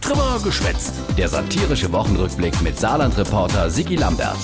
Trimmer geschwätzt. Der satirische Wochenrückblick mit Saarland-Reporter Sigi Lambert.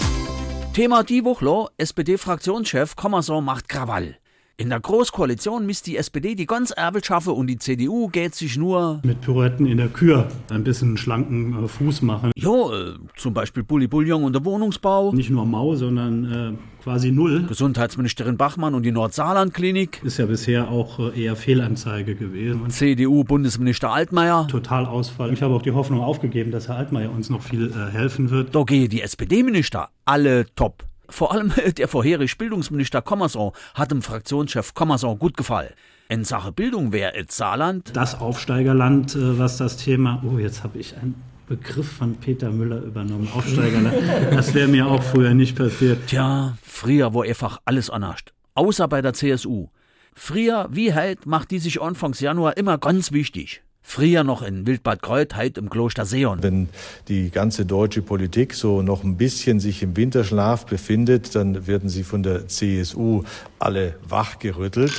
Thema die Woche, SPD-Fraktionschef Kommersor macht Krawall. In der Großkoalition misst die SPD die ganz Erbel schaffe und die CDU geht sich nur. mit Pirouetten in der Kür ein bisschen schlanken äh, Fuß machen. Jo, äh, zum Beispiel Bulli Bullion und der Wohnungsbau, Nicht nur Mau, sondern äh, quasi Null. Gesundheitsministerin Bachmann und die Nordsaarland-Klinik, Ist ja bisher auch äh, eher Fehlanzeige gewesen. Und CDU-Bundesminister Altmaier. Totalausfall. Ich habe auch die Hoffnung aufgegeben, dass Herr Altmaier uns noch viel äh, helfen wird. Da gehen die SPD-Minister alle top. Vor allem äh, der vorherige Bildungsminister Kommersor hat dem Fraktionschef Kommersor gut gefallen. In Sache Bildung wäre et Saarland Das Aufsteigerland, äh, was das Thema. Oh, jetzt habe ich einen Begriff von Peter Müller übernommen. Aufsteigerland. Das wäre mir auch früher nicht passiert. Tja, früher war einfach alles anders. Außer bei der CSU. Früher wie heute macht die sich Anfangs Januar immer ganz wichtig. Früher noch in Wildbad Kreuth, heute im Kloster Seon. Wenn die ganze deutsche Politik so noch ein bisschen sich im Winterschlaf befindet, dann werden sie von der CSU alle wachgerüttelt.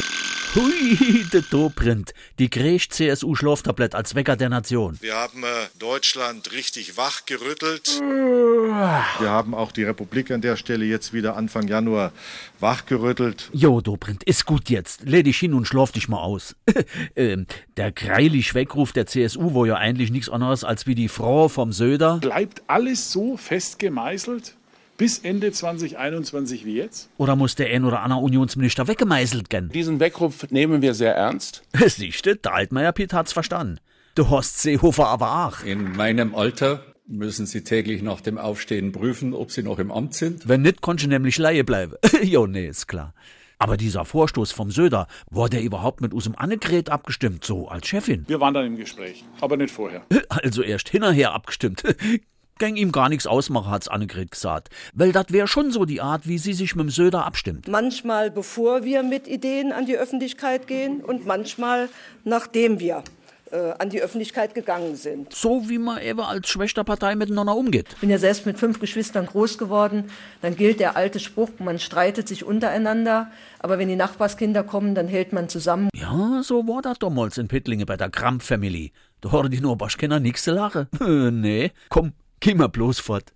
Hui, der Dobrindt. Die kriegt CSU-Schlaftablett als Wecker der Nation. Wir haben äh, Deutschland richtig wachgerüttelt. Wir haben auch die Republik an der Stelle jetzt wieder Anfang Januar wachgerüttelt. Jo, Dobrindt, ist gut jetzt. Leh dich hin und schlaf dich mal aus. ähm, der greilich Weckruf der CSU war ja eigentlich nichts anderes als wie die Frau vom Söder. bleibt alles so festgemeißelt bis Ende 2021 wie jetzt? Oder muss der ein oder andere Unionsminister weggemeißelt gehen? Diesen Weckruf nehmen wir sehr ernst. Siehste, der Altmaier-Piet hat's verstanden. Der Horst Seehofer aber auch. In meinem Alter müssen Sie täglich nach dem Aufstehen prüfen, ob Sie noch im Amt sind. Wenn nicht, konntest du nämlich Laie bleiben. jo, nee, ist klar. Aber dieser Vorstoß vom Söder, war der überhaupt mit Usum Annegret abgestimmt, so als Chefin? Wir waren dann im Gespräch, aber nicht vorher. Also erst hinterher abgestimmt. Gäng ihm gar nichts ausmachen, hat's Annegret gesagt. Weil das wäre schon so die Art, wie sie sich mit dem Söder abstimmt. manchmal bevor wir mit Ideen an die Öffentlichkeit gehen und manchmal nachdem wir äh, an die Öffentlichkeit gegangen sind. So wie man eben als Schwesterpartei miteinander umgeht. Ich bin ja selbst mit fünf Geschwistern groß geworden. Dann gilt der alte Spruch, man streitet sich untereinander, aber wenn die Nachbarskinder kommen, dann hält man zusammen. Ja, so war das damals in Pittlinge bei der Kramp-Family. Da hörte die Norbaschkenner nix zu lachen. nee, komm, geh mal bloß fort.